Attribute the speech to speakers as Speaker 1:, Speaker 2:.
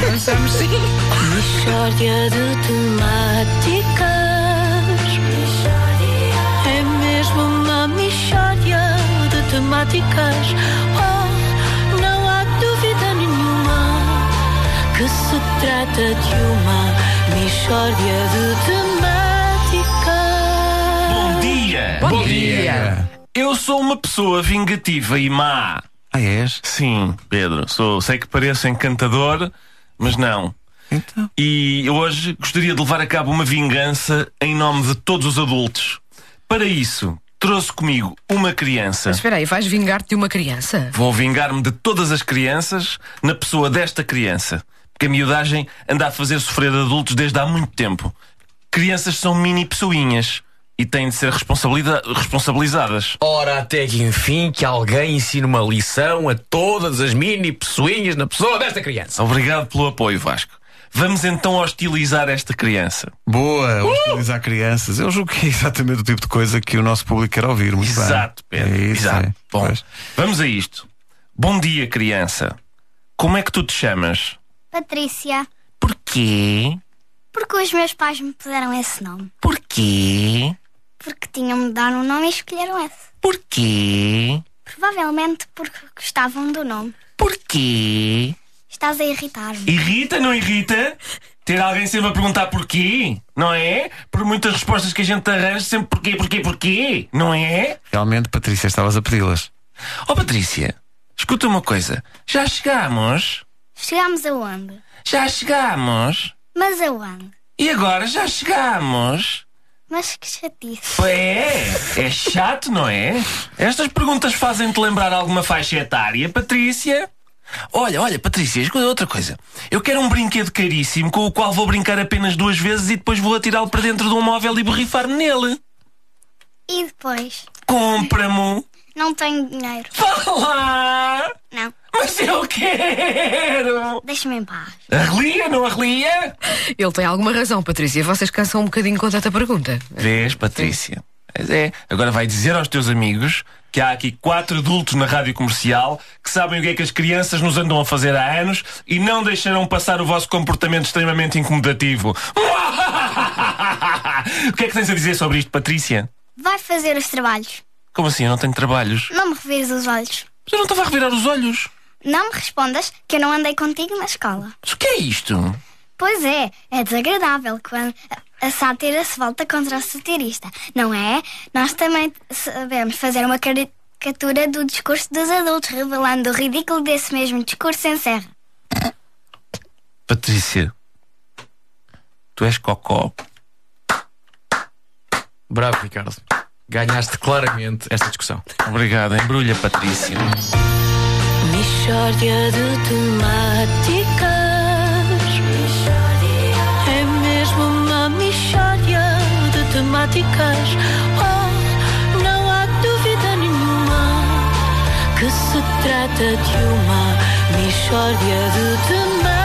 Speaker 1: Dançamos sim.
Speaker 2: Mishória de temáticas. É mesmo uma mishória de temáticas. Oh, não há dúvida nenhuma que se trata de uma mishória de temáticas.
Speaker 3: Bom dia!
Speaker 1: Bom dia.
Speaker 3: Eu sou uma pessoa vingativa e má.
Speaker 1: Ah, és?
Speaker 3: Sim, Pedro, sou, sei que pareço encantador, mas não.
Speaker 1: Então.
Speaker 3: E hoje gostaria de levar a cabo uma vingança em nome de todos os adultos. Para isso, trouxe comigo uma criança.
Speaker 4: Mas espera aí, vais vingar-te de uma criança?
Speaker 3: Vou vingar-me de todas as crianças na pessoa desta criança. Porque a miudagem anda a fazer sofrer adultos desde há muito tempo. Crianças são mini pessoinhas e têm de ser responsabilida- responsabilizadas.
Speaker 5: Ora, até que enfim que alguém ensine uma lição a todas as mini pessoinhas na pessoa desta criança.
Speaker 3: Obrigado pelo apoio, Vasco. Vamos então hostilizar esta criança. Uh!
Speaker 1: Boa, utilizar crianças. Eu julgo que é exatamente o tipo de coisa que o nosso público quer ouvir. Muito bem.
Speaker 3: Exato, Pedro.
Speaker 1: É isso,
Speaker 3: Exato.
Speaker 1: é.
Speaker 3: Bom,
Speaker 1: Pois.
Speaker 3: vamos a isto. Bom dia, criança. Como é que tu te chamas?
Speaker 6: Patrícia,
Speaker 3: Porquê?
Speaker 6: porque os meus pais me puseram esse nome.
Speaker 3: Porquê?
Speaker 6: Porque tinham-me dado um nome e escolheram esse.
Speaker 3: Porquê?
Speaker 6: Provavelmente porque gostavam do nome.
Speaker 3: Porquê?
Speaker 6: Estás a irritar-me.
Speaker 3: Irrita, não irrita? Ter alguém sempre a perguntar porquê, não é? Por muitas respostas que a gente arranja, sempre porquê, porquê, porquê, não é?
Speaker 1: Realmente, Patrícia, estavas a pedi-las.
Speaker 3: Oh, Patrícia, escuta uma coisa. Já chegámos?
Speaker 6: Chegámos aonde?
Speaker 3: Já chegámos?
Speaker 6: Mas aonde?
Speaker 3: E agora já chegámos?
Speaker 6: Mas que chatice.
Speaker 3: É, é chato, não é? Estas perguntas fazem-te lembrar alguma faixa etária, Patrícia? Olha, olha, Patrícia, escuta outra coisa. Eu quero um brinquedo caríssimo com o qual vou brincar apenas duas vezes e depois vou atirá-lo para dentro de um móvel e borrifar-me nele.
Speaker 6: E depois?
Speaker 3: Compra-mo.
Speaker 6: Não tenho dinheiro.
Speaker 3: um. Vá lá!
Speaker 6: Não.
Speaker 3: Mas eu quero!
Speaker 6: Deixa-me em paz.
Speaker 3: Arrelia, não arrelia?
Speaker 4: Ele tem alguma razão, Patrícia. Vocês cansam um bocadinho com tanta pergunta.
Speaker 3: Vês, Patrícia? Mas é, agora vai dizer aos teus amigos que há aqui quatro adultos na rádio comercial que sabem o que é que as crianças nos andam a fazer há anos e não deixarão passar o vosso comportamento extremamente incomodativo. O que é que tens a dizer sobre isto, Patrícia?
Speaker 6: Vai fazer os trabalhos.
Speaker 3: Como assim? Eu não tenho trabalhos.
Speaker 6: Não me revires os olhos.
Speaker 3: Mas eu não estava a revirar os olhos.
Speaker 6: Não me respondas que eu não andei contigo na escola.
Speaker 3: Mas o que é isto?
Speaker 6: Pois é, é desagradável quando a, a sátira se volta contra o satirista, não é? Nós também sabemos fazer uma caricatura do discurso dos adultos, revelando o ridículo desse mesmo discurso em serra.
Speaker 3: Patrícia, tu és cocó.
Speaker 5: Bravo, Ricardo. Ganhaste claramente esta discussão.
Speaker 3: Obrigado, embrulha, Patrícia.
Speaker 2: Mishória de temáticas. É mesmo uma mishória de temáticas. Oh, não há dúvida nenhuma que se trata de uma mishória de temáticas.